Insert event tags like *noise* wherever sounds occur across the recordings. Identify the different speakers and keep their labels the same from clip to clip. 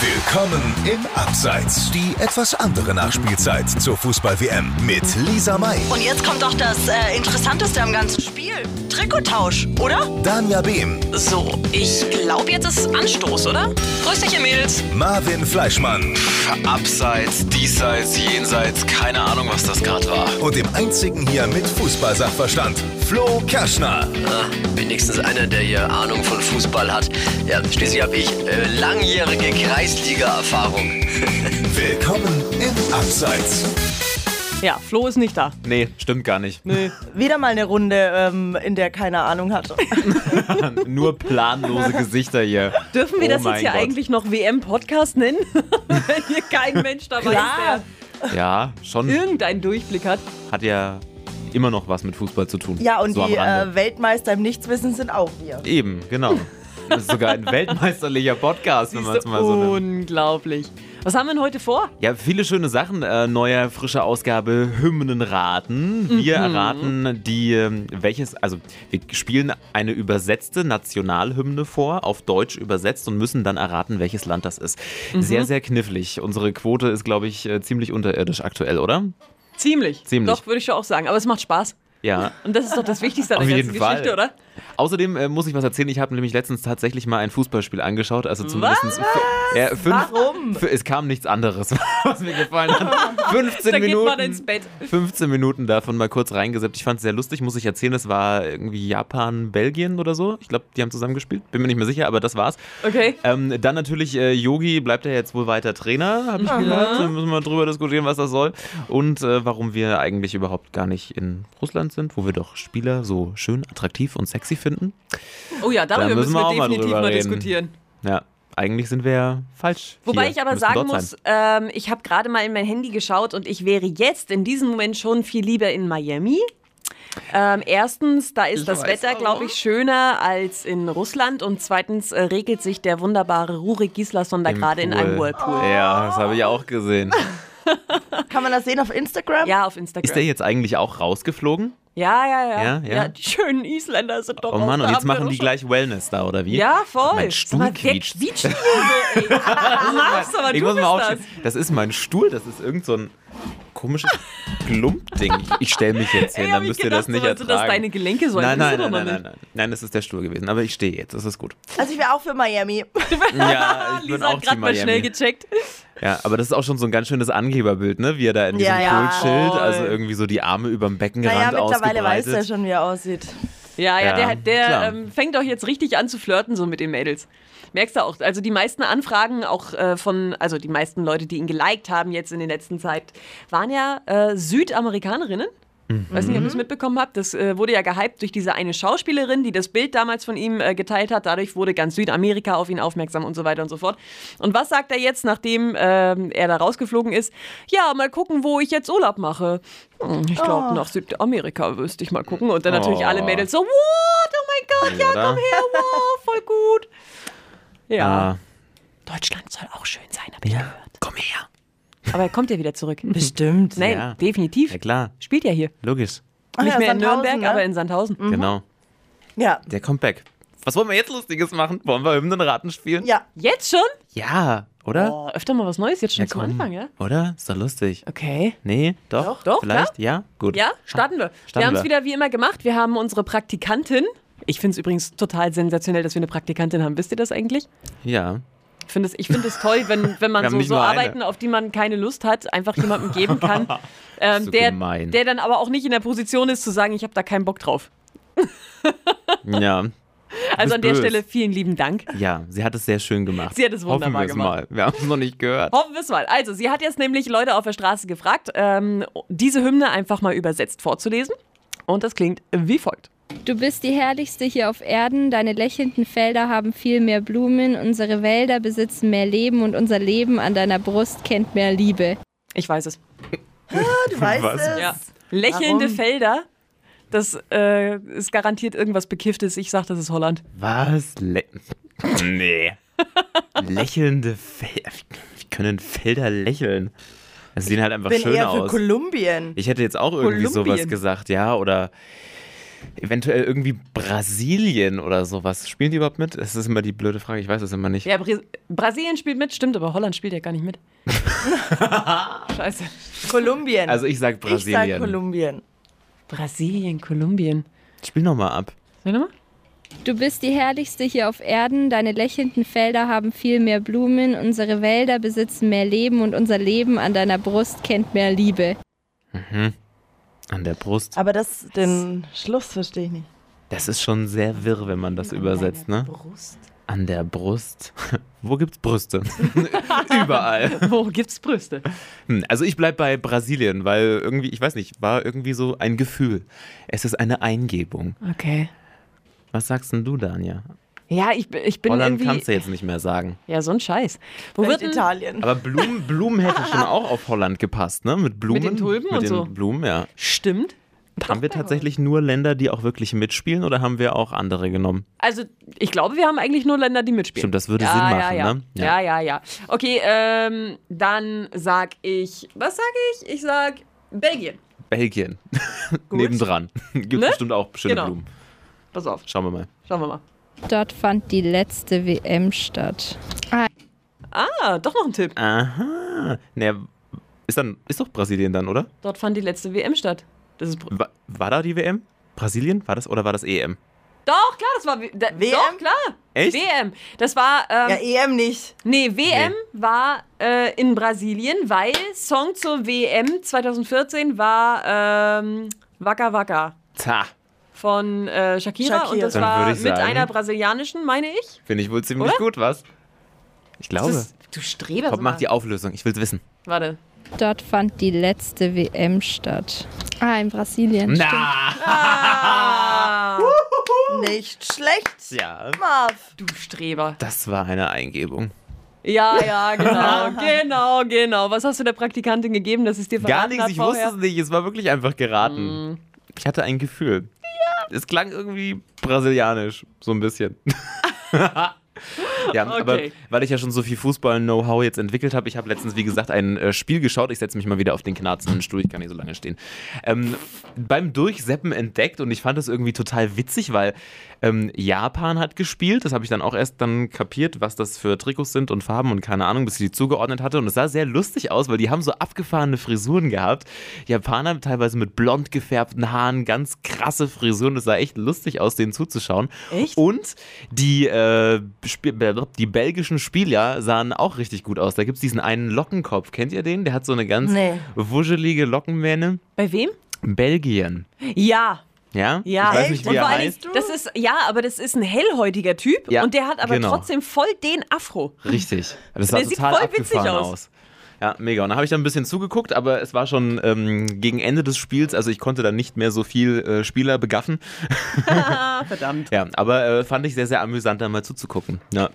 Speaker 1: Willkommen im Abseits. Die etwas andere Nachspielzeit zur Fußball-WM mit Lisa May,
Speaker 2: Und jetzt kommt doch das äh, Interessanteste am ganzen Spiel. Trikottausch, oder?
Speaker 1: Danja Behm,
Speaker 2: So, ich glaube, jetzt ist Anstoß, oder? Grüß dich, ihr Mädels.
Speaker 1: Marvin Fleischmann
Speaker 3: Abseits, diesseits, jenseits, keine Ahnung, was das gerade war.
Speaker 1: und dem einzigen hier mit Fußballsachverstand, Flo Kerschner.
Speaker 3: Ah, wenigstens einer, der hier Ahnung von Fußball hat. Ja, schließlich habe ich äh, langjährige Kreisliga-Erfahrung.
Speaker 1: Willkommen im Abseits.
Speaker 4: Ja, Flo ist nicht da.
Speaker 5: Nee, stimmt gar nicht.
Speaker 4: Wieder mal eine Runde, ähm, in der keine Ahnung hat.
Speaker 5: *laughs* Nur planlose Gesichter hier.
Speaker 6: Dürfen wir
Speaker 5: Oh
Speaker 6: das
Speaker 5: mein
Speaker 6: jetzt hier
Speaker 5: Gott.
Speaker 6: eigentlich noch WM-Podcast nennen? *laughs* Wenn hier kein Mensch dabei
Speaker 4: Klar.
Speaker 6: ist,
Speaker 5: Ja,
Speaker 6: der
Speaker 5: schon.
Speaker 6: irgendeinen Durchblick hat.
Speaker 5: Hat ja immer noch was mit Fußball zu tun.
Speaker 4: Ja, und
Speaker 5: so
Speaker 4: die
Speaker 5: am Rande.
Speaker 4: äh, Weltmeister im Nichtswissen sind auch
Speaker 6: äh,
Speaker 4: wir.
Speaker 5: Eben, genau. Das ist sogar ein weltmeisterlicher Podcast, wenn man es
Speaker 6: Siehst du,
Speaker 5: mal so nimmt.
Speaker 6: unglaublich. Was haben wir denn heute vor?
Speaker 5: Ja, viele schöne Sachen. Äh, neue, frische Ausgabe Hymnen raten. Wir erraten die, ähm, welches, also wir spielen eine übersetzte Nationalhymne vor, auf Deutsch übersetzt und müssen dann erraten, welches Land das ist. Sehr, sehr knifflig. Unsere Quote ist, glaube ich, äh, ziemlich unterirdisch aktuell, oder?
Speaker 6: Ziemlich.
Speaker 5: Ziemlich.
Speaker 6: Doch, würde ich schon auch sagen. Aber es macht Spaß.
Speaker 5: Ja.
Speaker 6: Und das ist doch das Wichtigste an
Speaker 5: Auf
Speaker 6: der
Speaker 5: jeden
Speaker 6: ganzen
Speaker 5: Fall.
Speaker 6: Geschichte, oder?
Speaker 5: Außerdem äh, muss ich was erzählen. Ich habe nämlich letztens tatsächlich mal ein Fußballspiel angeschaut. Also zumindest. f- Ja, fünf,
Speaker 4: Warum?
Speaker 5: f- Es kam nichts anderes, *laughs* was mir gefallen hat.
Speaker 6: *laughs*
Speaker 5: 15
Speaker 6: Da geht
Speaker 5: Minuten.
Speaker 6: man ins Bett.
Speaker 5: 15 Minuten davon mal kurz reingesippt. Ich fand es sehr lustig, muss ich erzählen. Es war irgendwie Japan, Belgien oder so. Ich glaube, die haben zusammen gespielt. Bin mir nicht mehr sicher, aber das war's.
Speaker 6: Okay.
Speaker 5: Ähm, dann natürlich, äh, Yogi bleibt ja jetzt wohl weiter Trainer, habe ich gehört. Da müssen wir drüber diskutieren, was das soll. Und äh, warum wir eigentlich überhaupt gar nicht in Russland sind, wo wir doch Spieler so schön, attraktiv und sexy finden.
Speaker 6: Oh ja, darüber
Speaker 5: müssen
Speaker 6: müssen
Speaker 5: wir
Speaker 6: wir,
Speaker 5: auch mal
Speaker 6: definitiv
Speaker 5: drüber
Speaker 6: mal
Speaker 5: reden.
Speaker 6: diskutieren.
Speaker 5: Ja, eigentlich sind wir ja falsch.
Speaker 6: Wobei
Speaker 5: hier.
Speaker 6: ich aber
Speaker 5: Müssen
Speaker 6: sagen
Speaker 5: dort sein.
Speaker 6: muss, ähm, ich habe gerade mal in mein Handy geschaut und ich wäre jetzt in diesem Moment schon viel lieber in Miami. Ähm, erstens, da ist das Wetter, glaube ich, schöner als in Russland. Und zweitens äh, regelt sich der wunderbare Rurik Gislason da
Speaker 5: Im
Speaker 6: gerade in einem
Speaker 5: Pool.
Speaker 6: Whirlpool.
Speaker 5: Ja, das habe ich auch
Speaker 6: *laughs*
Speaker 5: gesehen.
Speaker 4: Kann man das sehen auf Instagram?
Speaker 6: Ja, auf Instagram.
Speaker 5: Ist der jetzt eigentlich auch rausgeflogen?
Speaker 6: ja, ja, ja,
Speaker 5: Ja, ja.
Speaker 6: Die schönen Isländer sind doch
Speaker 5: Oh
Speaker 6: auch
Speaker 5: Mann,
Speaker 6: da,
Speaker 5: und jetzt
Speaker 6: haben wir
Speaker 5: machen
Speaker 6: doch
Speaker 5: die
Speaker 6: schon-
Speaker 5: gleich Wellness da, oder wie?
Speaker 6: Ja, voll.
Speaker 5: Mein
Speaker 6: Sag
Speaker 5: Stuhl
Speaker 6: mal, wer
Speaker 5: quietscht.
Speaker 6: quietscht hier so,
Speaker 5: *laughs*
Speaker 6: ey? Du machst aber, du
Speaker 5: ich muss
Speaker 6: bist
Speaker 5: mal
Speaker 6: das.
Speaker 5: aufstehen. Das ist mein Stuhl, das ist irgend so ein komisches Klumpding. Ich, ich stelle mich jetzt hin,
Speaker 6: Ey,
Speaker 5: dann
Speaker 6: hab ich
Speaker 5: müsst ihr
Speaker 6: gedacht,
Speaker 5: das nicht
Speaker 6: so,
Speaker 5: ertragen.
Speaker 6: Sind das deine Gelenke so
Speaker 5: nein,
Speaker 6: ein
Speaker 5: nein,
Speaker 6: bisschen
Speaker 5: nein,
Speaker 6: oder
Speaker 5: nein,
Speaker 6: nicht?
Speaker 5: nein, nein. Nein, das ist der Stuhl gewesen, aber ich stehe jetzt, das
Speaker 6: *laughs*
Speaker 5: ist gut.
Speaker 4: Also ich wäre auch für Miami. *laughs*
Speaker 5: Ja, ich bin
Speaker 6: Lisa
Speaker 5: auch
Speaker 6: hat
Speaker 5: Team
Speaker 6: gerade mal schnell
Speaker 5: Miami.
Speaker 6: gecheckt.
Speaker 5: Ja, aber das ist auch schon so ein ganz schönes Angeberbild, ne? Wie er da in diesem
Speaker 4: Ja, ja.
Speaker 5: Pultschild,
Speaker 6: Voll.
Speaker 5: also irgendwie so die Arme überm
Speaker 4: Naja,
Speaker 5: Beckenrand
Speaker 4: mittlerweile weiß
Speaker 5: ausgebreitet.
Speaker 4: er schon, wie er aussieht.
Speaker 6: Ja, ja,
Speaker 5: Ja,
Speaker 6: der, hat- der
Speaker 5: klar.
Speaker 6: ähm, fängt auch jetzt richtig an zu flirten so mit den Mädels. Merkst du auch, also die meisten Anfragen auch äh, von, also die meisten Leute, die ihn geliked haben jetzt in den letzten Zeit, waren ja äh, Südamerikanerinnen. Weiß nicht, ob ihr
Speaker 5: Mhm.
Speaker 6: es mitbekommen habt. Das äh, wurde ja gehypt durch diese eine Schauspielerin, die das Bild damals von ihm äh, geteilt hat. Dadurch wurde ganz Südamerika auf ihn aufmerksam und so weiter und so fort. Und was sagt er jetzt, nachdem ähm, er da rausgeflogen ist? Ja, mal gucken, wo ich jetzt Urlaub mache. Hm, ich glaube, nach Südamerika wüsste ich mal gucken. Und dann natürlich
Speaker 5: Oh.
Speaker 6: alle Mädels so, what? Oh mein Gott, ja,
Speaker 5: Oder?
Speaker 6: komm her, wow, voll gut. Ja.
Speaker 5: Ah,
Speaker 6: Deutschland soll auch schön sein, hab ich gehört.
Speaker 5: komm her.
Speaker 6: Aber er kommt ja wieder zurück.
Speaker 4: Bestimmt.
Speaker 6: Nein,
Speaker 5: Ja.
Speaker 6: definitiv.
Speaker 5: Ja klar, Ah
Speaker 6: Spielt ja hier.
Speaker 5: logisch.
Speaker 6: Nicht
Speaker 4: ja,
Speaker 6: mehr in
Speaker 4: Sandhausen,
Speaker 6: Nürnberg,
Speaker 4: ne?
Speaker 6: aber in Sandhausen.
Speaker 5: Genau,
Speaker 4: Ja.
Speaker 5: der kommt back. Was wollen wir jetzt Lustiges machen? Wollen wir Hymnenraten spielen?
Speaker 4: Ja.
Speaker 6: Jetzt schon?
Speaker 5: Ja, oder?
Speaker 6: Oh, öfter mal was Neues, jetzt schon
Speaker 5: Ja,
Speaker 6: zum
Speaker 5: komm.
Speaker 6: Anfang, ja?
Speaker 5: Oder? Ist doch lustig.
Speaker 6: Okay.
Speaker 5: Nee, doch.
Speaker 6: Doch,
Speaker 5: Vielleicht? Ja? Gut.
Speaker 6: Ja, starten wir. wir
Speaker 5: Starten
Speaker 6: haben es
Speaker 5: wir.
Speaker 6: wieder wie immer gemacht. Wir haben unsere Praktikantin. Ich finde es übrigens total sensationell, dass wir eine Praktikantin haben. Wisst ihr das eigentlich?
Speaker 5: Ja.
Speaker 6: Ich finde es ich find es toll, wenn, wenn
Speaker 5: Wir
Speaker 6: man
Speaker 5: haben
Speaker 6: so,
Speaker 5: nicht
Speaker 6: so
Speaker 5: nur eine.
Speaker 6: Arbeiten, auf die man keine Lust hat, einfach jemandem geben
Speaker 5: *laughs*
Speaker 6: kann, ähm,
Speaker 5: so
Speaker 6: der,
Speaker 5: gemein.
Speaker 6: der dann aber auch nicht in der Position ist, zu sagen, ich habe da keinen Bock drauf.
Speaker 5: Ja.
Speaker 6: *laughs* Also
Speaker 5: bist
Speaker 6: an der
Speaker 5: böse.
Speaker 6: Stelle vielen lieben Dank.
Speaker 5: Ja, sie hat es sehr schön gemacht.
Speaker 6: Sie hat es wunderbar
Speaker 5: Hoffen wir
Speaker 6: gemacht.
Speaker 5: es mal. Wir haben es noch nicht gehört.
Speaker 6: Hoffen wir es mal. Also, sie hat jetzt nämlich Leute auf der Straße gefragt, ähm, diese Hymne einfach mal übersetzt vorzulesen. Und das klingt wie folgt.
Speaker 7: Du bist die herrlichste hier auf Erden, deine lächelnden Felder haben viel mehr Blumen, unsere Wälder besitzen mehr Leben und unser Leben an deiner Brust kennt mehr Liebe.
Speaker 6: Ich weiß es.
Speaker 4: Du weißt
Speaker 5: Was?
Speaker 4: es.
Speaker 6: Ja. Lächelnde
Speaker 4: Warum?
Speaker 6: Felder. Das äh, ist garantiert irgendwas Bekifftes. Ich sag, das ist Holland.
Speaker 5: Was?
Speaker 6: *laughs*
Speaker 5: Le nee. Lächelnde Felder. Wie können Felder lächeln? Das sehen halt einfach
Speaker 4: Bin
Speaker 5: schön
Speaker 4: eher für
Speaker 5: aus.
Speaker 4: Kolumbien.
Speaker 5: Ich hätte jetzt auch irgendwie
Speaker 6: Kolumbien.
Speaker 5: sowas gesagt, ja, oder eventuell irgendwie Brasilien oder sowas. Spielen die überhaupt mit? Das ist immer die blöde Frage. Ich weiß es immer nicht.
Speaker 6: Ja, Bra Brasilien spielt mit, stimmt, aber Holland spielt ja
Speaker 4: *laughs*
Speaker 6: gar nicht mit. Scheiße.
Speaker 4: Kolumbien.
Speaker 5: Also ich sag
Speaker 4: ich sag
Speaker 5: Brasilien.
Speaker 4: Kolumbien.
Speaker 6: Brasilien, Kolumbien.
Speaker 5: Spiel nochmal ab.
Speaker 6: Warte mal.
Speaker 7: Du bist die Herrlichste hier auf Erden, deine lächelnden Felder haben viel mehr Blumen, unsere Wälder besitzen mehr Leben und unser Leben an deiner Brust kennt mehr Liebe.
Speaker 5: An der Brust.
Speaker 4: Aber das, den Schluss verstehe ich nicht.
Speaker 5: Das ist schon sehr wirr, wenn man das übersetzt, ne?
Speaker 6: Brust.
Speaker 5: An der Brust. *laughs* Wo gibt's Brüste? *laughs* Überall.
Speaker 6: Wo gibt's Brüste?
Speaker 5: Hm, Also ich bleib bei Brasilien, weil irgendwie, ich weiß nicht, war irgendwie so ein Gefühl. Es ist eine Eingebung.
Speaker 6: Okay.
Speaker 5: Was sagst denn du, Danja?
Speaker 6: Ja, ich, bin- ich bin
Speaker 5: Holland kannst
Speaker 6: irgendwie...
Speaker 5: du jetzt nicht mehr sagen.
Speaker 6: Ja, so ein Scheiß. Wo
Speaker 4: Vielleicht
Speaker 6: wird denn,
Speaker 4: Italien.
Speaker 6: *laughs*
Speaker 5: Aber Blumen, Blumen hätte schon auch auf Holland gepasst, ne? Mit Blumen.
Speaker 6: den Tulpen
Speaker 5: mit
Speaker 6: und
Speaker 5: den
Speaker 6: so.
Speaker 5: Blumen, ja.
Speaker 6: Stimmt.
Speaker 5: Haben wir tatsächlich nur Länder, die auch wirklich mitspielen oder haben wir auch andere genommen?
Speaker 6: Also, ich glaube, wir haben eigentlich nur Länder, die mitspielen.
Speaker 5: Stimmt, das würde
Speaker 6: ja,
Speaker 5: Sinn
Speaker 6: ja,
Speaker 5: machen,
Speaker 6: ja.
Speaker 5: ne?
Speaker 6: Ja. ja, ja, Okay, ähm, dann sag ich... Was sag ich? Ich sag Belgien.
Speaker 5: Belgien. *laughs* Nebendran. *laughs* Gibt
Speaker 6: Ne?
Speaker 5: bestimmt auch schöne
Speaker 6: Genau.
Speaker 5: Blumen.
Speaker 6: Pass auf,
Speaker 5: Schauen wir mal.
Speaker 6: schauen wir mal.
Speaker 7: Dort fand die letzte WM statt.
Speaker 6: Ah, doch noch ein Tipp.
Speaker 5: Aha. Naja, ist, dann, ist doch Brasilien dann, oder?
Speaker 6: Dort fand die letzte WM statt. Das ist... Br-
Speaker 5: Wa- war da die WM? Brasilien? War das oder war das EM?
Speaker 6: Doch, klar, das war... W- Da,
Speaker 4: WM?
Speaker 6: Doch, klar.
Speaker 5: Echt?
Speaker 6: WM. Das war... Ähm,
Speaker 4: Ja, EM nicht.
Speaker 6: Nee, WM war äh, in Brasilien, weil Song zur WM 2014 war ähm, Waka Waka
Speaker 5: Tja,
Speaker 6: von äh, Shakira,
Speaker 4: Shakira.
Speaker 6: und das
Speaker 5: Dann
Speaker 6: war
Speaker 5: würde
Speaker 6: mit
Speaker 5: ich sagen-
Speaker 6: einer brasilianischen, meine ich.
Speaker 5: finde ich wohl ziemlich
Speaker 6: Oder?
Speaker 5: gut, was? Ich glaube.
Speaker 6: Das, du Streber.
Speaker 5: Komm,
Speaker 6: sag
Speaker 5: mach
Speaker 6: mal.
Speaker 5: die Auflösung, ich will's wissen.
Speaker 6: Warte.
Speaker 7: Dort fand die letzte WM statt. Ah, in Brasilien. stimmt.
Speaker 5: Na!
Speaker 4: Nicht schlecht,
Speaker 5: Ja.
Speaker 4: Marv.
Speaker 6: Du Streber.
Speaker 5: Das war eine Eingebung. *laughs*
Speaker 6: Ja, ja, genau, genau, genau. Was hast du der Praktikantin gegeben, dass es dir
Speaker 5: Gar
Speaker 6: verraten
Speaker 5: nichts,
Speaker 6: hat
Speaker 5: ich wusste
Speaker 6: vorher? Mhm.
Speaker 5: es nicht, es war wirklich einfach geraten. Ich hatte ein Gefühl. Ja. Es klang irgendwie brasilianisch, so
Speaker 6: *laughs*
Speaker 5: ein bisschen. Ja, aber
Speaker 6: Okay.
Speaker 5: weil ich ja schon so viel Fußball-Know-how jetzt entwickelt habe, ich habe letztens, wie gesagt, ein äh, Spiel geschaut. Ich setze mich mal wieder auf den knarzenden Stuhl, ich kann nicht so lange stehen. Ähm, beim Durchseppen entdeckt und ich fand das irgendwie total witzig, weil ähm, Japan hat gespielt. Das habe ich dann auch erst dann kapiert, was das für Trikots sind und Farben und keine Ahnung, bis ich die zugeordnet hatte. Und es sah sehr lustig aus, weil die haben so abgefahrene Frisuren gehabt. Japaner teilweise mit blond gefärbten Haaren, ganz krasse Frisuren. Das sah echt lustig aus, denen zuzuschauen.
Speaker 6: Echt?
Speaker 5: Und die, äh, Spiel- die belgischen Spieler sahen auch richtig gut aus. Da gibt es diesen einen Lockenkopf. Kennt ihr den? Der hat so eine ganz
Speaker 4: Nee.
Speaker 5: wuschelige Lockenmähne.
Speaker 6: Bei wem?
Speaker 5: Belgien.
Speaker 6: Ja,
Speaker 5: Ja?
Speaker 6: Ja.
Speaker 5: Ich weiß
Speaker 6: Echt?
Speaker 5: nicht,
Speaker 6: Und
Speaker 5: wie er
Speaker 6: vor allem,
Speaker 5: heißt.
Speaker 6: das ist, ja, aber das ist ein hellhäutiger Typ
Speaker 5: Ja,
Speaker 6: und der hat aber
Speaker 5: genau.
Speaker 6: trotzdem voll den Afro.
Speaker 5: Richtig. Das sah
Speaker 6: Der sieht
Speaker 5: total
Speaker 6: voll witzig
Speaker 5: abgefahren aus.
Speaker 6: aus.
Speaker 5: Ja, mega. Und da habe ich dann ein bisschen zugeguckt, aber es war schon ähm, gegen Ende des Spiels, also ich konnte dann nicht mehr so viel äh, Spieler begaffen.
Speaker 6: *laughs*
Speaker 5: *laughs*
Speaker 6: Verdammt.
Speaker 5: Ja, aber äh, fand ich sehr, sehr amüsant, da mal zuzugucken. Ja,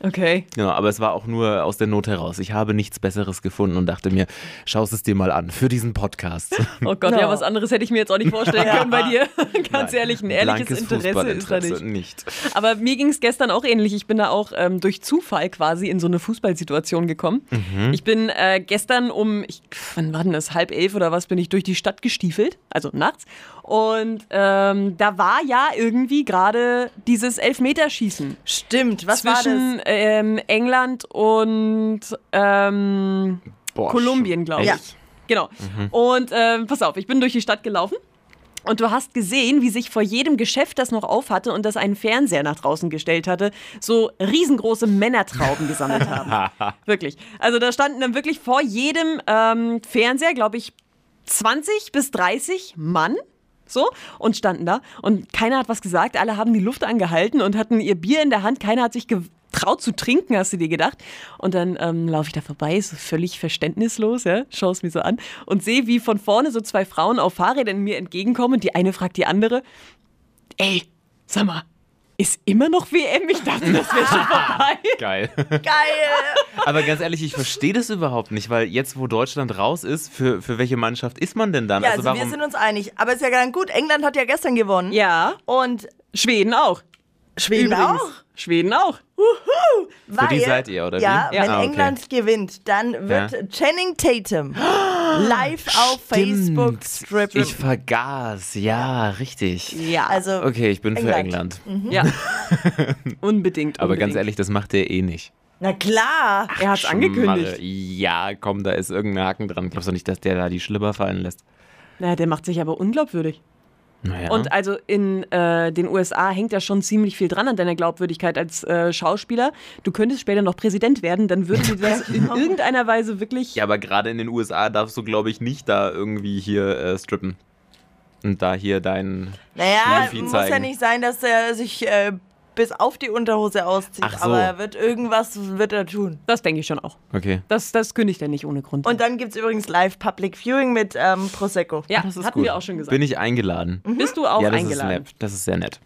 Speaker 6: Okay.
Speaker 5: genau. Aber es war auch nur aus der Not heraus. Ich habe nichts Besseres gefunden und dachte mir, schaust es dir mal an für diesen Podcast.
Speaker 6: Oh Gott, ja.
Speaker 4: Ja.
Speaker 6: was anderes hätte ich mir jetzt auch nicht
Speaker 5: *laughs*
Speaker 6: vorstellen können bei dir. *laughs* Ganz
Speaker 5: Genau. Nein.
Speaker 6: ehrlich, ein ehrliches
Speaker 5: Blankes
Speaker 6: Interesse ist da
Speaker 5: Fußballinteresse.
Speaker 6: nicht.
Speaker 5: nicht.
Speaker 6: Aber mir ging es gestern auch ähnlich. Ich bin da auch ähm, durch Zufall quasi in so eine Fußballsituation gekommen. Ich bin äh, gestern um, ich, wann war denn das, halb elf oder was, bin ich durch die Stadt gestiefelt, also nachts. Und ähm, da war ja irgendwie gerade dieses Elfmeterschießen
Speaker 4: Stimmt, was war das?
Speaker 6: zwischen ähm, England und ähm,
Speaker 5: Boah,
Speaker 6: Kolumbien, glaube ich.
Speaker 4: Ja.
Speaker 6: Genau. Und ähm, pass auf, ich bin durch die Stadt gelaufen. Und du hast gesehen, wie sich vor jedem Geschäft, das noch auf hatte und das einen Fernseher nach draußen gestellt hatte, so riesengroße Männertrauben gesammelt haben. Wirklich. Also da standen dann wirklich vor jedem ähm, Fernseher, glaube ich, 20 bis 30 Mann. So, und standen da. Und keiner hat was gesagt. Alle haben die Luft angehalten und hatten ihr Bier in der Hand. Keiner hat sich getraut zu trinken, hast du dir gedacht. Und dann ähm, laufe ich da vorbei, so völlig verständnislos, ja, schaue es mir so an und sehe, wie von vorne so zwei Frauen auf Fahrrädern mir entgegenkommen. Die eine fragt die andere: Ey, sag mal, ist immer noch WM? Ich dachte, das
Speaker 4: *laughs*
Speaker 6: wäre schon vorbei.
Speaker 5: Geil.
Speaker 4: Geil.
Speaker 5: *laughs* Aber ganz ehrlich, ich verstehe das überhaupt nicht, weil jetzt, wo Deutschland raus ist, für, für welche Mannschaft ist man denn dann?
Speaker 4: Ja, also, wir sind uns einig. Aber ist ja dann gut. England hat ja gestern gewonnen.
Speaker 6: Ja,
Speaker 4: Und
Speaker 6: Schweden auch.
Speaker 4: Schweden
Speaker 6: Übrigens.
Speaker 4: auch?
Speaker 6: Schweden auch.
Speaker 4: Weil,
Speaker 5: die seid ihr, oder wie?
Speaker 4: Ja,
Speaker 5: Ja.
Speaker 4: wenn
Speaker 5: Ah, okay.
Speaker 4: England gewinnt, dann wird
Speaker 5: Ja.
Speaker 4: Channing *gasps* Tatum live auf Facebook strippen.
Speaker 5: Ich vergaß, ja, richtig.
Speaker 6: Ja.
Speaker 4: also,
Speaker 5: Okay, ich bin für
Speaker 4: England.
Speaker 5: England. *laughs*
Speaker 6: Ja. unbedingt.
Speaker 5: Aber
Speaker 6: Mhm, unbedingt.
Speaker 5: ganz ehrlich, das macht er eh nicht.
Speaker 4: na klar.
Speaker 6: Er hat es angekündigt.
Speaker 5: Schmarre. Ja, komm, da ist irgendein Haken dran. Glaubst du nicht, dass der da die Schlipper fallen lässt?
Speaker 6: Na, der macht sich aber unglaubwürdig.
Speaker 5: Naja.
Speaker 6: Und also in äh, den USA hängt ja schon ziemlich viel dran an deiner Glaubwürdigkeit als äh, Schauspieler. Du könntest später noch Präsident werden, dann würde dir
Speaker 5: *laughs*
Speaker 6: das in irgendeiner Weise wirklich.
Speaker 5: ja, aber gerade in den USA darfst du, glaube ich, nicht da irgendwie hier äh, strippen. Und da hier dein.
Speaker 4: Naja,
Speaker 5: Schnellvieh
Speaker 4: muss ja
Speaker 5: zeigen.
Speaker 4: nicht sein, dass er sich äh, bis auf die Unterhose auszieht,
Speaker 5: Ach so.
Speaker 4: aber er wird irgendwas wird er tun.
Speaker 6: Das denke ich schon auch.
Speaker 5: Okay.
Speaker 6: Das, das kündigt er nicht ohne Grund.
Speaker 4: Und dann gibt es übrigens live Public Viewing mit ähm, Prosecco.
Speaker 6: ja,
Speaker 5: Das ist
Speaker 6: hatten
Speaker 5: gut.
Speaker 6: wir auch schon gesagt.
Speaker 5: Bin ich eingeladen?
Speaker 6: Bist du auch
Speaker 5: ja, das
Speaker 6: eingeladen?
Speaker 5: ist nett. Das ist sehr nett.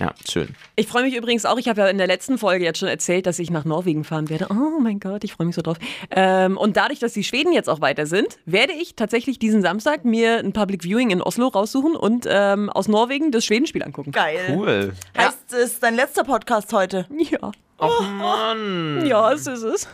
Speaker 5: Ja, schön.
Speaker 6: Ich freue mich übrigens auch, ich habe ja in der letzten Folge jetzt schon erzählt, dass ich nach Norwegen fahren werde. Oh mein Gott, ich freue mich so drauf. Ähm, und dadurch, dass die Schweden jetzt auch weiter sind, werde ich tatsächlich diesen Samstag mir ein Public Viewing in Oslo raussuchen und ähm, aus Norwegen das Schwedenspiel angucken.
Speaker 4: Geil.
Speaker 5: Cool.
Speaker 4: Heißt es ist dein letzter Podcast heute?
Speaker 6: Ja,
Speaker 5: Och Oh Mann.
Speaker 6: ja, es ist es.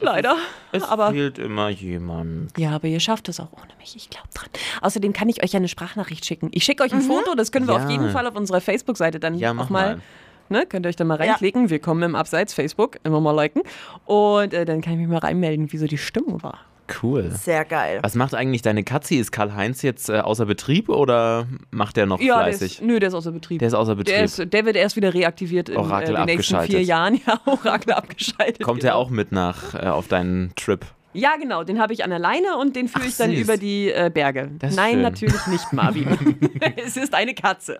Speaker 6: Leider.
Speaker 5: Es
Speaker 6: aber
Speaker 5: fehlt immer jemand.
Speaker 6: ja, aber ihr schafft es auch ohne mich. Ich glaube dran. Außerdem kann ich euch ja eine Sprachnachricht schicken. Ich schicke euch ein Foto, das können wir
Speaker 5: Mhm. Ja.
Speaker 6: auf jeden Fall auf unserer Facebook-Seite dann
Speaker 5: Ja,
Speaker 6: auch
Speaker 5: mach
Speaker 6: mal.
Speaker 5: mal.
Speaker 6: Ne, könnt ihr euch dann mal reinklicken. Willkommen im Abseits Facebook. Immer mal liken. Und äh, dann kann ich mich mal reinmelden, wie so die Stimmung war.
Speaker 5: Cool.
Speaker 4: Sehr geil.
Speaker 5: Was macht eigentlich deine Katze? Ist Karl-Heinz jetzt äh, außer Betrieb oder macht der noch
Speaker 6: Ja, der
Speaker 5: fleißig?
Speaker 6: ist, nö, der ist außer Betrieb.
Speaker 5: Der ist außer Betrieb.
Speaker 6: Der, ist, der wird erst wieder reaktiviert in äh,
Speaker 5: Orakel
Speaker 6: den nächsten
Speaker 5: abgeschaltet.
Speaker 6: vier Jahren. *laughs* Ja, Orakel abgeschaltet.
Speaker 5: Kommt
Speaker 6: genau.
Speaker 5: er auch mit nach äh, auf deinen Trip?
Speaker 6: Ja, genau. Den habe ich an der Leine und den führe
Speaker 5: Ach,
Speaker 6: ich dann
Speaker 5: süß.
Speaker 6: über die äh, Berge.
Speaker 5: Das ist
Speaker 6: Nein,
Speaker 5: schön.
Speaker 6: natürlich nicht,
Speaker 5: *laughs*
Speaker 6: Marvin. *laughs* es ist eine Katze.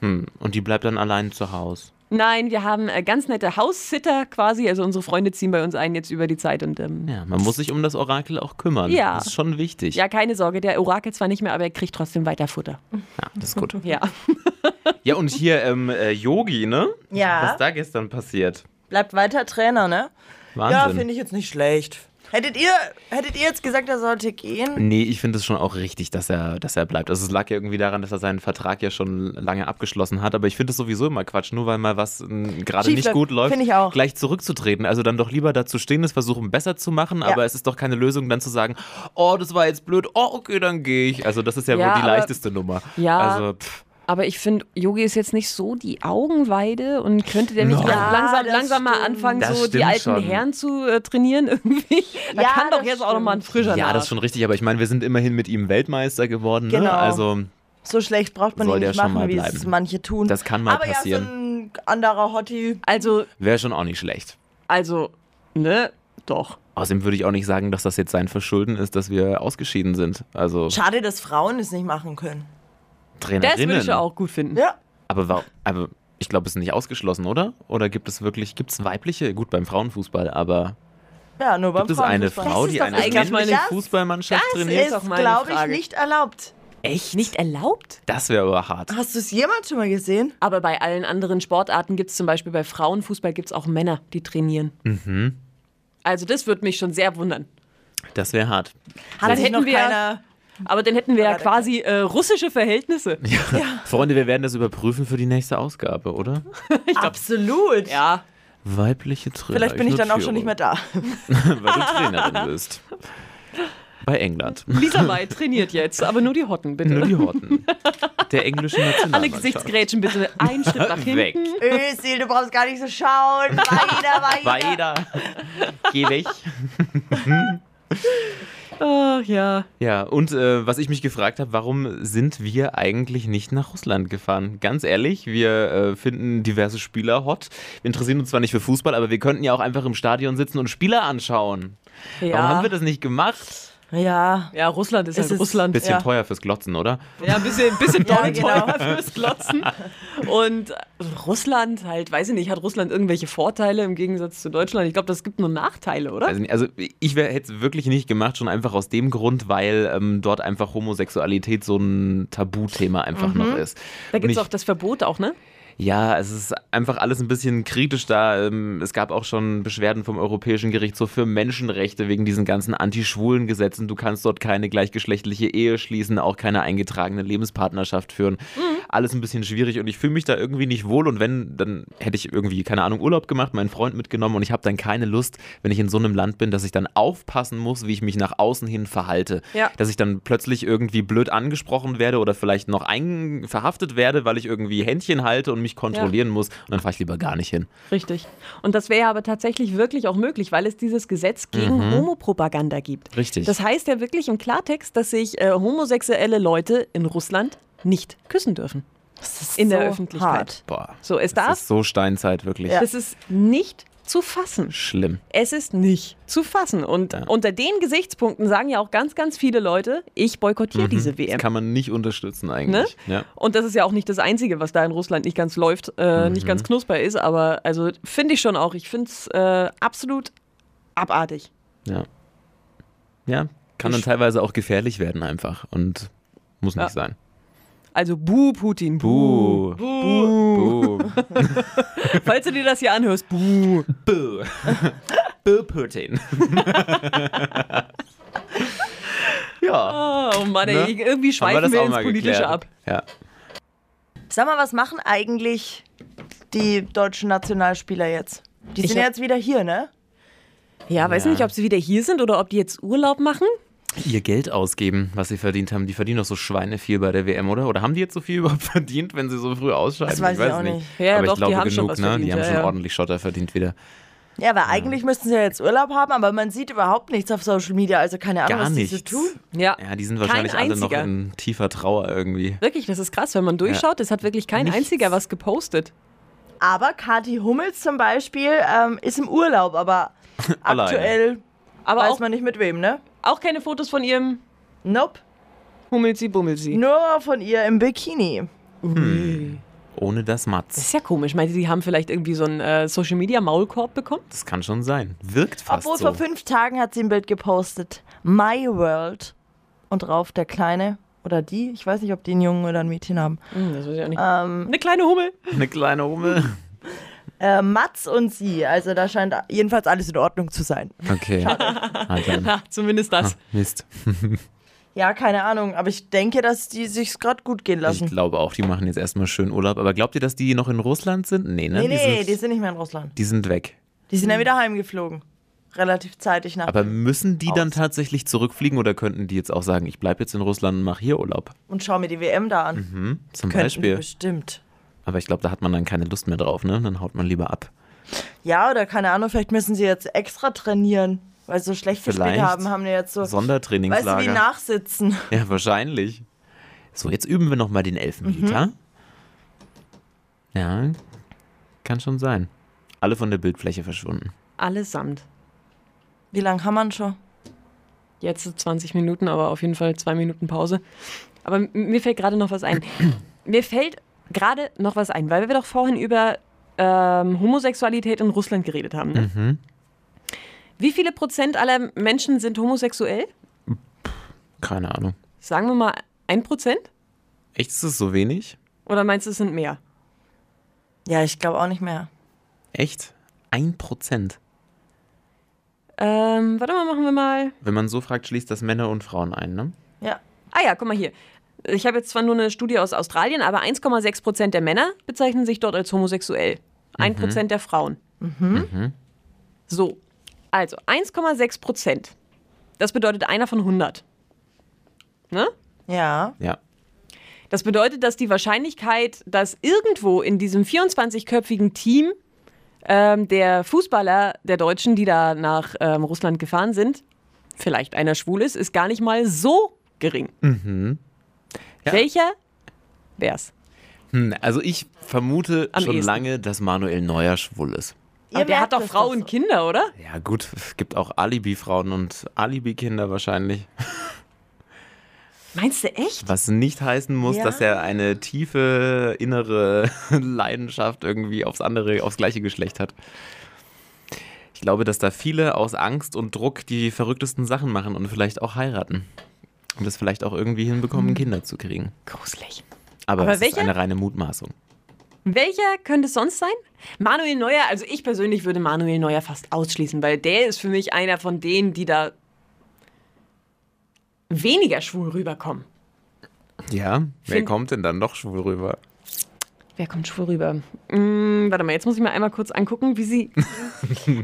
Speaker 5: Hm. Und die bleibt dann allein zu Hause.
Speaker 6: Nein, wir haben äh, ganz nette Haussitter quasi. Also unsere Freunde ziehen bei uns ein jetzt über die Zeit und ähm,
Speaker 5: Ja, man muss sich um das Orakel auch kümmern.
Speaker 6: Ja.
Speaker 5: Das ist schon wichtig.
Speaker 6: ja, keine Sorge. Der Orakel zwar nicht mehr, aber er kriegt trotzdem weiter Futter.
Speaker 5: Ja, Ah, das
Speaker 6: *laughs*
Speaker 5: ist gut.
Speaker 6: Ja.
Speaker 5: Ja, und hier ähm, äh, Yogi, ne? Was
Speaker 4: Ja,
Speaker 5: da gestern passiert.
Speaker 4: bleibt weiter Trainer, ne? Ja,
Speaker 5: Wahnsinn.
Speaker 4: finde ich jetzt nicht schlecht. Hättet ihr, hättet ihr jetzt gesagt, er sollte gehen?
Speaker 5: Nee, ich finde es schon auch richtig, dass er, dass er bleibt. Also es lag ja irgendwie daran, dass er seinen Vertrag ja schon lange abgeschlossen hat, aber ich finde es sowieso immer Quatsch, nur weil mal was ähm, gerade
Speaker 4: Schief
Speaker 5: nicht
Speaker 4: läuft,
Speaker 5: gut läuft,
Speaker 4: finde ich auch.
Speaker 5: gleich zurückzutreten. Also dann doch lieber dazu stehen, es versuchen besser zu machen, aber es ist doch keine Lösung, dann zu sagen, oh, das war jetzt blöd, oh, okay, dann gehe ich. Also das ist ja,
Speaker 6: Ja,
Speaker 5: wohl die
Speaker 6: aber-
Speaker 5: leichteste Nummer.
Speaker 6: Ja.
Speaker 5: Also pff,
Speaker 6: Aber ich finde, Yogi ist jetzt nicht so die Augenweide und könnte der nicht
Speaker 5: No.
Speaker 6: lang- langsam,
Speaker 4: Ja, das
Speaker 6: langsam mal
Speaker 4: stimmt.
Speaker 6: anfangen,
Speaker 5: Das
Speaker 6: so die
Speaker 5: stimmt
Speaker 6: alten
Speaker 5: schon.
Speaker 6: Herren zu äh, trainieren *laughs* irgendwie. Da
Speaker 4: Ja,
Speaker 6: kann doch
Speaker 4: das
Speaker 6: jetzt auch noch mal ein frischer
Speaker 5: ja,
Speaker 6: nach.
Speaker 5: das ist schon richtig, aber ich meine, wir sind immerhin mit ihm Weltmeister geworden. Ne?
Speaker 4: Genau.
Speaker 5: Also
Speaker 4: So schlecht braucht man
Speaker 5: Soll
Speaker 4: ihn
Speaker 5: der
Speaker 4: nicht
Speaker 5: schon
Speaker 4: machen,
Speaker 5: mal
Speaker 4: wie es
Speaker 5: bleiben.
Speaker 4: manche tun.
Speaker 5: Das kann mal
Speaker 4: Aber ja, so ein
Speaker 5: passieren.
Speaker 4: anderer Hottie.
Speaker 6: Also,
Speaker 5: wäre schon auch nicht schlecht.
Speaker 6: also, ne, doch.
Speaker 5: Außerdem würde ich auch nicht sagen, dass das jetzt sein Verschulden ist, dass wir ausgeschieden sind. Also
Speaker 4: Schade, dass Frauen es nicht machen können.
Speaker 6: Das
Speaker 5: Trainerinnen.
Speaker 6: würde ich ja auch gut
Speaker 5: Hm.
Speaker 6: finden.
Speaker 4: Ja.
Speaker 5: Aber, wa- aber ich glaube, es ist nicht ausgeschlossen, oder? Oder gibt es wirklich, gibt es weibliche? Gut, beim Frauenfußball, aber
Speaker 4: Ja, nur beim
Speaker 5: gibt es eine
Speaker 4: Frauenfußball.
Speaker 5: Frau,
Speaker 6: Das ist
Speaker 5: die
Speaker 6: doch
Speaker 5: eine
Speaker 6: eigentlich
Speaker 5: männliche
Speaker 6: meine-
Speaker 4: Das-
Speaker 5: Fußballmannschaft trainiert?
Speaker 6: ist
Speaker 4: Das
Speaker 6: doch
Speaker 4: ist,
Speaker 6: meine
Speaker 4: glaube ich,
Speaker 6: Frage.
Speaker 4: nicht erlaubt.
Speaker 6: Echt? Nicht erlaubt?
Speaker 5: Das wäre aber hart.
Speaker 4: Hast du es jemals schon mal gesehen?
Speaker 6: Aber bei allen anderen Sportarten gibt es zum Beispiel bei Frauenfußball gibt es auch Männer, die trainieren. Mhm. Also das würde mich schon sehr wundern.
Speaker 5: Das wäre hart.
Speaker 4: *laughs* Hat
Speaker 6: Dann
Speaker 4: sich
Speaker 6: hätten
Speaker 4: noch
Speaker 6: wir-
Speaker 4: keiner.
Speaker 6: Aber dann hätten wir ja
Speaker 4: Aber da-
Speaker 6: quasi äh, russische
Speaker 5: *laughs*
Speaker 6: Verhältnisse.
Speaker 5: Freunde, wir werden das überprüfen für die nächste Ausgabe, oder?
Speaker 4: Absolut.
Speaker 6: Ja,
Speaker 5: Weibliche Trainer.
Speaker 4: Vielleicht bin ich dann auch schon nicht mehr da.
Speaker 5: *laughs* Weil du
Speaker 4: *laughs*
Speaker 5: Trainerin bist. Bei England.
Speaker 6: Lisa May trainiert jetzt, aber nur die Hotten, bitte.
Speaker 5: Nur die
Speaker 4: *laughs*
Speaker 5: Horten. Der englischen Nationalmannschaft.
Speaker 6: Alle Gesichtsgrätschen bitte einen
Speaker 5: *laughs*
Speaker 6: Schritt nach hinten.
Speaker 5: Weg.
Speaker 4: Özil, du brauchst gar nicht so schauen.
Speaker 5: *laughs*
Speaker 4: Weiter, weiter.
Speaker 5: Weiter. Geh weg.
Speaker 6: Ach ja.
Speaker 5: Ja, und äh, was ich mich gefragt habe, warum sind wir eigentlich nicht nach Russland gefahren? Ganz ehrlich, wir äh, finden diverse Spieler hot. Wir interessieren uns zwar nicht für Fußball, aber wir könnten ja auch einfach im Stadion sitzen und Spieler anschauen.
Speaker 6: Ja.
Speaker 5: Warum haben wir das nicht gemacht?
Speaker 4: Ja.
Speaker 6: ja, Russland ist
Speaker 4: Es
Speaker 6: halt
Speaker 4: ist-
Speaker 6: Russland.
Speaker 5: Bisschen
Speaker 4: Ja.
Speaker 5: teuer fürs Glotzen, oder?
Speaker 6: Ja, ein
Speaker 5: *laughs*
Speaker 6: bisschen, bisschen
Speaker 4: Ja,
Speaker 6: doll
Speaker 4: genau.
Speaker 6: teuer *laughs* fürs Glotzen. Und äh, Russland halt, weiß ich nicht, hat Russland irgendwelche Vorteile im Gegensatz zu Deutschland? Ich glaube, das gibt nur Nachteile, oder?
Speaker 5: Also, also ich hätte es wirklich nicht gemacht, schon einfach aus dem Grund, weil ähm, dort einfach Homosexualität so ein Tabuthema einfach noch ist.
Speaker 6: Mhm. da gibt es
Speaker 5: Nicht-
Speaker 6: auch das Verbot auch, ne?
Speaker 5: Ja, es ist einfach alles ein bisschen kritisch da. Ähm, Es gab auch schon Beschwerden vom Europäischen Gerichtshof für Menschenrechte wegen diesen ganzen anti-schwulen Gesetzen. Du kannst dort keine gleichgeschlechtliche Ehe schließen, auch keine eingetragene Lebenspartnerschaft führen. Alles ein bisschen schwierig und ich fühle mich da irgendwie nicht wohl. Und wenn, dann hätte ich irgendwie, keine Ahnung, Urlaub gemacht, meinen Freund mitgenommen und ich habe dann keine Lust, wenn ich in so einem Land bin, dass ich dann aufpassen muss, wie ich mich nach außen hin verhalte.
Speaker 6: Ja.
Speaker 5: Dass ich dann plötzlich irgendwie blöd angesprochen werde oder vielleicht noch ein verhaftet werde, weil ich irgendwie Händchen halte und mich kontrollieren muss. Und dann fahre ich lieber gar nicht hin.
Speaker 6: Richtig. Und das wäre ja aber tatsächlich wirklich auch möglich, weil es dieses Gesetz gegen Homopropaganda gibt.
Speaker 5: Mhm. Richtig.
Speaker 6: Das heißt ja wirklich im Klartext, dass sich äh, homosexuelle Leute in Russland nicht küssen dürfen.
Speaker 4: Das ist
Speaker 6: In
Speaker 4: so
Speaker 6: der Öffentlichkeit.
Speaker 4: Hart.
Speaker 5: Boah.
Speaker 6: So, es
Speaker 5: das
Speaker 6: darf-
Speaker 5: ist so Steinzeit, wirklich.
Speaker 4: Ja.
Speaker 6: Das ist nicht zu fassen.
Speaker 5: Schlimm.
Speaker 6: Es ist nicht zu fassen. Und
Speaker 5: Ja.
Speaker 6: unter den Gesichtspunkten sagen ja auch ganz, ganz viele Leute, ich boykottiere diese WM.
Speaker 5: Mhm. Das kann man nicht unterstützen eigentlich.
Speaker 6: Ne?
Speaker 5: Ja.
Speaker 6: Und das ist ja auch nicht das Einzige, was da in Russland nicht ganz läuft, äh,
Speaker 5: Mhm.
Speaker 6: nicht ganz knusper ist, aber also finde ich schon auch. Ich finde es äh, absolut abartig.
Speaker 5: Ja. ja, kann dann teilweise auch gefährlich werden einfach und muss nicht
Speaker 6: Ja.
Speaker 5: sein.
Speaker 6: Also buh, Putin, buh.
Speaker 5: Buh.
Speaker 6: *laughs*
Speaker 5: Buh. Buh.
Speaker 6: Falls du dir das hier anhörst, buh.
Speaker 5: Buh.
Speaker 6: *laughs*
Speaker 5: Buh Putin. ja.
Speaker 6: Oh Mann, ey,
Speaker 5: Ne?
Speaker 6: irgendwie
Speaker 5: Haben
Speaker 6: schweifen
Speaker 5: das
Speaker 6: wir
Speaker 5: auch
Speaker 6: ins
Speaker 5: mal
Speaker 6: Politische
Speaker 5: geklärt.
Speaker 6: ab.
Speaker 5: Ja.
Speaker 4: Sag mal, was machen eigentlich die deutschen Nationalspieler jetzt? Die
Speaker 6: Ich
Speaker 4: sind
Speaker 6: hab-
Speaker 4: jetzt wieder hier, ne?
Speaker 6: Ja, weiß
Speaker 5: Ja.
Speaker 6: nicht, ob sie wieder hier sind oder ob die jetzt Urlaub machen.
Speaker 5: Ihr Geld ausgeben, was sie verdient haben. Die verdienen doch so Schweine viel bei der WM, oder? Oder haben die jetzt so viel *laughs* überhaupt verdient, wenn sie so früh ausscheiden?
Speaker 4: Das weiß ich auch nicht.
Speaker 6: Ja,
Speaker 5: aber
Speaker 6: doch,
Speaker 5: ich
Speaker 6: die
Speaker 5: glaube
Speaker 6: haben schon
Speaker 5: genug,
Speaker 6: was
Speaker 5: ne? Die
Speaker 6: verdient,
Speaker 5: haben
Speaker 6: ja,
Speaker 5: schon
Speaker 6: ja.
Speaker 5: ordentlich Schotter verdient wieder.
Speaker 4: Ja, aber eigentlich müssten sie ja jetzt Urlaub haben, aber man sieht überhaupt nichts auf Social Media, also keine Ahnung,
Speaker 5: Gar
Speaker 4: was die
Speaker 5: nichts.
Speaker 4: so tun.
Speaker 6: Ja,
Speaker 5: Ja, die sind wahrscheinlich alle noch
Speaker 6: einziger.
Speaker 5: in tiefer Trauer irgendwie.
Speaker 6: Wirklich, das ist krass, wenn man durchschaut, es hat wirklich kein einziger was gepostet.
Speaker 4: Aber Kathi Hummels zum Beispiel ähm, ist im Urlaub, aber
Speaker 5: *laughs* Alleine.
Speaker 4: aktuell
Speaker 6: Aber
Speaker 4: weiß
Speaker 6: auch,
Speaker 4: man nicht mit wem, ne?
Speaker 6: auch keine Fotos von ihrem
Speaker 4: Nope.
Speaker 6: Hummelsi Bummelsi.
Speaker 4: Nur von ihr im Bikini.
Speaker 5: Ohne das
Speaker 6: Das
Speaker 5: Matz.
Speaker 6: ist ja komisch. Meint ihr, die haben vielleicht irgendwie so einen äh, Social Media Maulkorb bekommen?
Speaker 5: Das kann schon sein. Wirkt fast
Speaker 4: Obwohl
Speaker 5: so.
Speaker 4: vor fünf Tagen hat sie ein Bild gepostet. My World. Und drauf der Kleine oder die, ich weiß nicht, ob die einen Jungen oder ein Mädchen haben.
Speaker 6: Hm, das weiß ich auch nicht. Eine kleine Hummel. *laughs*
Speaker 5: Eine kleine Hummel.
Speaker 4: Äh, Mats und sie. Also da scheint jedenfalls alles in Ordnung zu sein.
Speaker 5: Okay. Ah, dann.
Speaker 6: Ha, zumindest
Speaker 5: Hm.
Speaker 6: das.
Speaker 5: Mist.
Speaker 4: Ja, keine Ahnung, aber ich denke, dass die sich's gerade gut gehen
Speaker 5: Ich
Speaker 4: lassen.
Speaker 5: glaube auch, die machen jetzt erstmal schön Urlaub. Aber glaubt ihr, dass die noch in Russland sind? Nee, ne?
Speaker 4: nee, nee,
Speaker 5: die,
Speaker 4: die
Speaker 5: sind,
Speaker 4: sind nicht mehr in Russland.
Speaker 5: die sind weg.
Speaker 4: Die sind ja wieder heimgeflogen. Relativ zeitig nach.
Speaker 5: Aber müssen die dann tatsächlich zurückfliegen oder könnten die jetzt auch sagen, ich bleibe jetzt in Russland und mache hier Urlaub?
Speaker 4: und schau mir die WM da an. Könnten die
Speaker 5: Zum Mhm, Beispiel.
Speaker 4: bestimmt.
Speaker 5: Aber ich glaube, da hat man dann keine Lust mehr drauf, ne? Dann haut man lieber ab.
Speaker 4: Ja, oder keine Ahnung, vielleicht müssen sie jetzt extra trainieren, weil sie so schlecht gespielt
Speaker 5: Vielleicht.
Speaker 4: haben, haben die jetzt so. Weißt du,
Speaker 5: Sondertrainingslager.
Speaker 4: wie nachsitzen.
Speaker 5: ja, wahrscheinlich. So, jetzt üben wir nochmal den Elfmeter.
Speaker 4: Mhm.
Speaker 5: Ja, kann schon sein. Alle von der Bildfläche verschwunden.
Speaker 6: Allesamt.
Speaker 4: Wie lange haben wir schon?
Speaker 6: Jetzt 20 Minuten, aber auf jeden Fall zwei Minuten Pause. Aber m- mir fällt gerade noch was ein. mir fällt gerade noch was ein, weil wir doch vorhin über ähm, Homosexualität in Russland geredet haben. Ne? Wie viele Prozent aller Menschen sind homosexuell?
Speaker 5: Keine Ahnung.
Speaker 6: Sagen wir mal ein Prozent?
Speaker 5: Echt, ist es so wenig?
Speaker 6: Oder meinst du, es sind mehr?
Speaker 4: Ja, ich glaube auch nicht mehr.
Speaker 5: Echt? Ein Prozent.
Speaker 6: Ähm, warte mal, machen wir mal.
Speaker 5: Wenn man so fragt, schließt das Männer und Frauen ein, ne?
Speaker 4: Ja.
Speaker 6: Ah ja, guck mal hier. Ich habe jetzt zwar nur eine Studie aus Australien, aber 1,6 Prozent der Männer bezeichnen sich dort als homosexuell. 1 Prozent der Frauen. So, also 1,6 Prozent. Das bedeutet einer von 100. Ne?
Speaker 4: Ja.
Speaker 5: Ja.
Speaker 6: Das bedeutet, dass die Wahrscheinlichkeit, dass irgendwo in diesem 24-köpfigen Team ähm, der Fußballer der Deutschen, die da nach ähm, Russland gefahren sind, vielleicht einer schwul ist, ist gar nicht mal so gering.
Speaker 5: Ja.
Speaker 6: Welcher wär's?
Speaker 5: Hm, also ich vermute
Speaker 6: Am
Speaker 5: schon
Speaker 6: ehesten.
Speaker 5: lange, dass Manuel Neuer schwul ist.
Speaker 4: Ihr
Speaker 6: Aber der
Speaker 4: merkt
Speaker 6: hat doch
Speaker 4: das
Speaker 6: Frau und
Speaker 4: so.
Speaker 6: Kinder, oder?
Speaker 5: Ja gut, es gibt auch Alibi-Frauen und Alibi-Kinder wahrscheinlich.
Speaker 6: Meinst du echt?
Speaker 5: Was nicht heißen muss,
Speaker 4: Ja.
Speaker 5: dass er eine tiefe innere *laughs* Leidenschaft irgendwie aufs andere, aufs gleiche Geschlecht hat. Ich glaube, dass da viele aus Angst und Druck die verrücktesten Sachen machen und vielleicht auch heiraten. Und es vielleicht auch irgendwie hinbekommen, Kinder zu kriegen.
Speaker 6: Gruselig.
Speaker 5: Hm. Aber,
Speaker 6: Aber
Speaker 5: es ist
Speaker 6: welcher?
Speaker 5: eine reine Mutmaßung.
Speaker 6: Welcher könnte es sonst sein? Manuel Neuer, also ich persönlich würde Manuel Neuer fast ausschließen, weil der ist für mich einer von denen, die da weniger schwul rüberkommen.
Speaker 5: Ja, wer kommt denn dann noch schwul rüber?
Speaker 6: Wer kommt schwul rüber? Mm, warte mal, jetzt muss ich mir einmal kurz angucken, wie sie.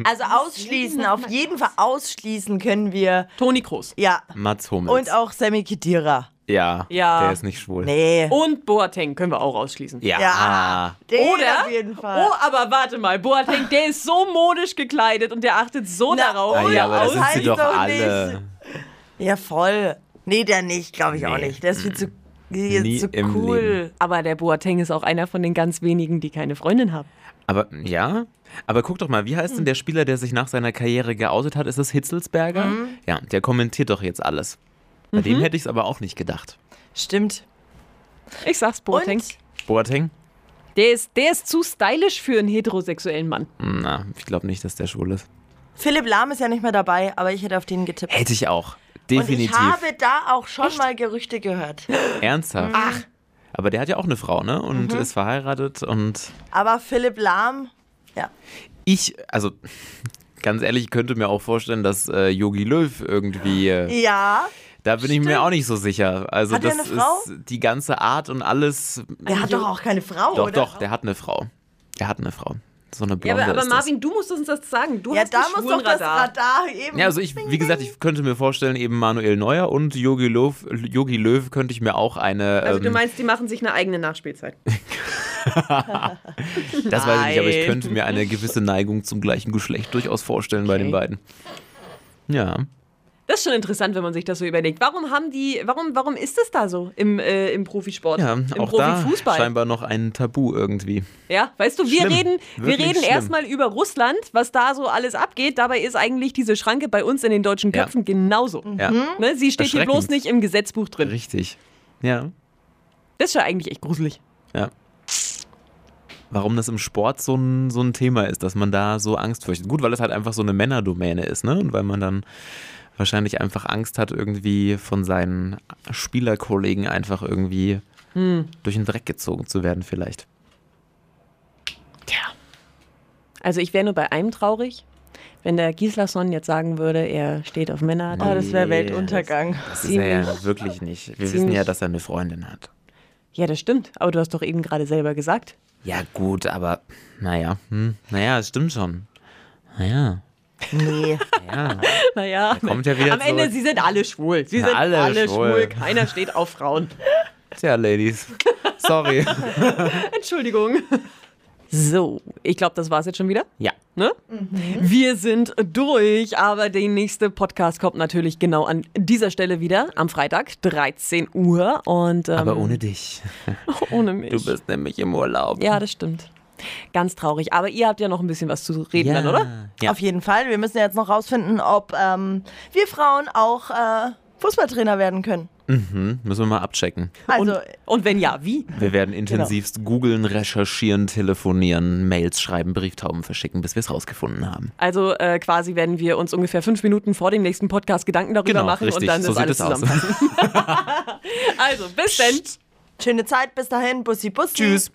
Speaker 4: Also ausschließen, auf jeden Fall ausschließen können wir.
Speaker 6: Toni Kroos.
Speaker 4: Ja.
Speaker 5: Mats Hummels.
Speaker 4: Und auch Sammy Kedira.
Speaker 5: ja,
Speaker 6: Ja.
Speaker 5: der ist nicht schwul.
Speaker 4: Nee.
Speaker 6: Und Boateng können wir auch ausschließen.
Speaker 5: Ja.
Speaker 4: Ja. Den
Speaker 6: Oder?
Speaker 4: Auf jeden Fall.
Speaker 6: Oh, aber warte mal, Boateng, der ist so modisch gekleidet und der achtet so
Speaker 4: Na,
Speaker 6: darauf.
Speaker 5: Ah, ja, aber
Speaker 4: das
Speaker 5: das sind sie
Speaker 4: heißt
Speaker 5: doch
Speaker 4: doch
Speaker 5: alle.
Speaker 4: Ja, voll. Nee, der nicht, glaube ich auch
Speaker 5: Nee.
Speaker 4: nicht. Der ist viel zu,
Speaker 5: Nie
Speaker 4: viel zu
Speaker 5: im
Speaker 4: cool.
Speaker 5: Leben.
Speaker 6: Aber der Boateng ist auch einer von den ganz wenigen, die keine Freundin haben.
Speaker 5: Aber ja, aber guck doch mal, wie
Speaker 4: Hm.
Speaker 5: heißt denn der Spieler, der sich nach seiner Karriere geoutet hat? Ist das Hitzelsberger?
Speaker 4: Mhm.
Speaker 5: Ja, der kommentiert doch jetzt alles. Bei dem hätte ich es aber auch nicht gedacht.
Speaker 4: Stimmt.
Speaker 6: Ich sag's Boateng.
Speaker 4: Und?
Speaker 5: Boateng?
Speaker 6: Der ist, der ist zu stylisch für einen heterosexuellen Mann.
Speaker 5: Na, ich glaube nicht, dass der schwul ist.
Speaker 4: Philipp Lahm ist ja nicht mehr dabei, aber ich hätte auf den getippt.
Speaker 5: Hätte ich auch.
Speaker 4: Und
Speaker 5: Definitiv.
Speaker 4: ich habe da auch schon mal Gerüchte gehört.
Speaker 5: Ernsthaft. Ach. Aber der hat ja auch eine Frau, ne? Und
Speaker 4: Mhm.
Speaker 5: ist verheiratet und
Speaker 4: Aber Philipp Lahm, ja.
Speaker 5: ich, also *laughs* ganz ehrlich, ich könnte mir auch vorstellen, dass äh, Yogi Löw irgendwie, äh,
Speaker 4: Ja,
Speaker 5: da bin ich mir auch nicht so sicher. Also
Speaker 4: Hat er
Speaker 5: das
Speaker 4: eine Frau?
Speaker 5: ist die ganze Art und alles.
Speaker 4: der hat doch auch keine Frau,
Speaker 5: doch,
Speaker 4: oder?
Speaker 5: doch, der hat eine Frau. Der hat eine Frau. So eine
Speaker 6: Ja,
Speaker 5: Blonde
Speaker 6: aber, aber
Speaker 5: ist
Speaker 6: Marvin, du musst uns das sagen. Du
Speaker 4: Ja,
Speaker 6: hast
Speaker 4: da
Speaker 6: ein
Speaker 4: muss doch das
Speaker 6: Schwulenradar.
Speaker 4: Radar eben.
Speaker 5: das. Ja, also ich, wie gesagt, ich könnte mir vorstellen, eben Manuel Neuer und Yogi Löw, Yogi Löw könnte ich mir auch eine,
Speaker 6: Also du
Speaker 5: ähm,
Speaker 6: meinst, die machen sich eine eigene
Speaker 5: *laughs*
Speaker 6: Nachspielzeit.
Speaker 5: das weiß ich nicht, aber ich
Speaker 6: Nein.
Speaker 5: könnte mir eine gewisse Neigung zum gleichen Geschlecht durchaus vorstellen bei den beiden. Ja.
Speaker 6: Das ist schon interessant, wenn man sich das so überlegt. Warum haben die, warum, warum ist das da so im, äh, im Profisport?
Speaker 5: Ja,
Speaker 6: Im
Speaker 5: auch da
Speaker 6: Profifußball.
Speaker 5: scheinbar noch ein Tabu irgendwie.
Speaker 6: Ja, weißt du, wir
Speaker 5: Schlimm.
Speaker 6: reden, wir
Speaker 5: Wirklich
Speaker 6: reden
Speaker 5: schlimm.
Speaker 6: erstmal über Russland, was da so alles abgeht. Dabei ist eigentlich diese Schranke bei uns in den deutschen
Speaker 5: Ja.
Speaker 6: Köpfen genauso.
Speaker 4: Mhm.
Speaker 5: Ja,
Speaker 6: Ne? Sie steht hier bloß
Speaker 5: Erschreckend.
Speaker 6: nicht im Gesetzbuch drin.
Speaker 5: richtig. Ja,
Speaker 6: Das ist ja eigentlich echt gruselig.
Speaker 5: ja. Warum das im Sport so ein, so ein Thema ist, dass man da so Angst fürchtet. Gut, weil es halt einfach so eine Männerdomäne ist, ne? Und weil man dann wahrscheinlich einfach Angst hat, irgendwie von seinen Spielerkollegen einfach irgendwie
Speaker 6: Hm.
Speaker 5: durch den Dreck gezogen zu werden, vielleicht.
Speaker 6: Tja. Also ich wäre nur bei einem traurig, wenn der Gislason jetzt sagen würde, er steht auf Männer. Ah,
Speaker 4: Oh, das wäre Weltuntergang.
Speaker 5: Das ist er ja wirklich nicht. Wir wissen ja, dass er eine Freundin hat.
Speaker 6: Ja, das stimmt. Aber du hast doch eben gerade selber gesagt. *laughs*
Speaker 5: Ja, gut, aber naja. Hm, naja, es stimmt schon. Naja.
Speaker 4: Nee.
Speaker 5: Ja.
Speaker 6: Naja,
Speaker 5: kommt ja wieder
Speaker 6: am Ende,
Speaker 5: zurück.
Speaker 6: sie sind alle schwul. Sie
Speaker 5: Ja,
Speaker 6: sind
Speaker 5: alle
Speaker 6: alle, schwul.
Speaker 5: schwul.
Speaker 6: Keiner steht auf Frauen.
Speaker 5: *laughs* Tja, Ladies.
Speaker 6: *laughs*
Speaker 5: Sorry.
Speaker 6: Entschuldigung. So, ich glaube, das war's jetzt schon wieder.
Speaker 5: ja.
Speaker 6: Ne?
Speaker 5: Mhm.
Speaker 6: Wir sind durch, aber der nächste Podcast kommt natürlich genau an dieser Stelle wieder am Freitag, 13 Uhr. Und, ähm,
Speaker 5: Aber ohne dich.
Speaker 6: ohne mich.
Speaker 5: Du bist nämlich im Urlaub.
Speaker 6: Ja, das stimmt. Ganz traurig. Aber ihr habt ja noch ein bisschen was zu reden dann, oder?
Speaker 5: Ja.
Speaker 4: Auf jeden Fall. Wir müssen ja jetzt noch rausfinden, ob ähm, wir Frauen auch äh, Fußballtrainer werden können.
Speaker 5: Müssen wir mal abchecken.
Speaker 4: Also,
Speaker 6: Und wenn ja, wie?
Speaker 5: Wir werden
Speaker 6: Genau.
Speaker 5: intensivst googeln, recherchieren, telefonieren, Mails schreiben, Brieftauben verschicken, bis wir es rausgefunden haben.
Speaker 6: Also äh, quasi werden wir uns ungefähr fünf Minuten vor dem nächsten Podcast Gedanken darüber Genau machen
Speaker 5: Genau, richtig.
Speaker 6: und dann
Speaker 5: so
Speaker 6: ist
Speaker 5: sieht
Speaker 6: alles
Speaker 5: es aus.
Speaker 6: zusammen. Also, bis dann.
Speaker 4: schöne Zeit. Bis dahin. Bussi, bussi.
Speaker 5: *laughs* Tschüss.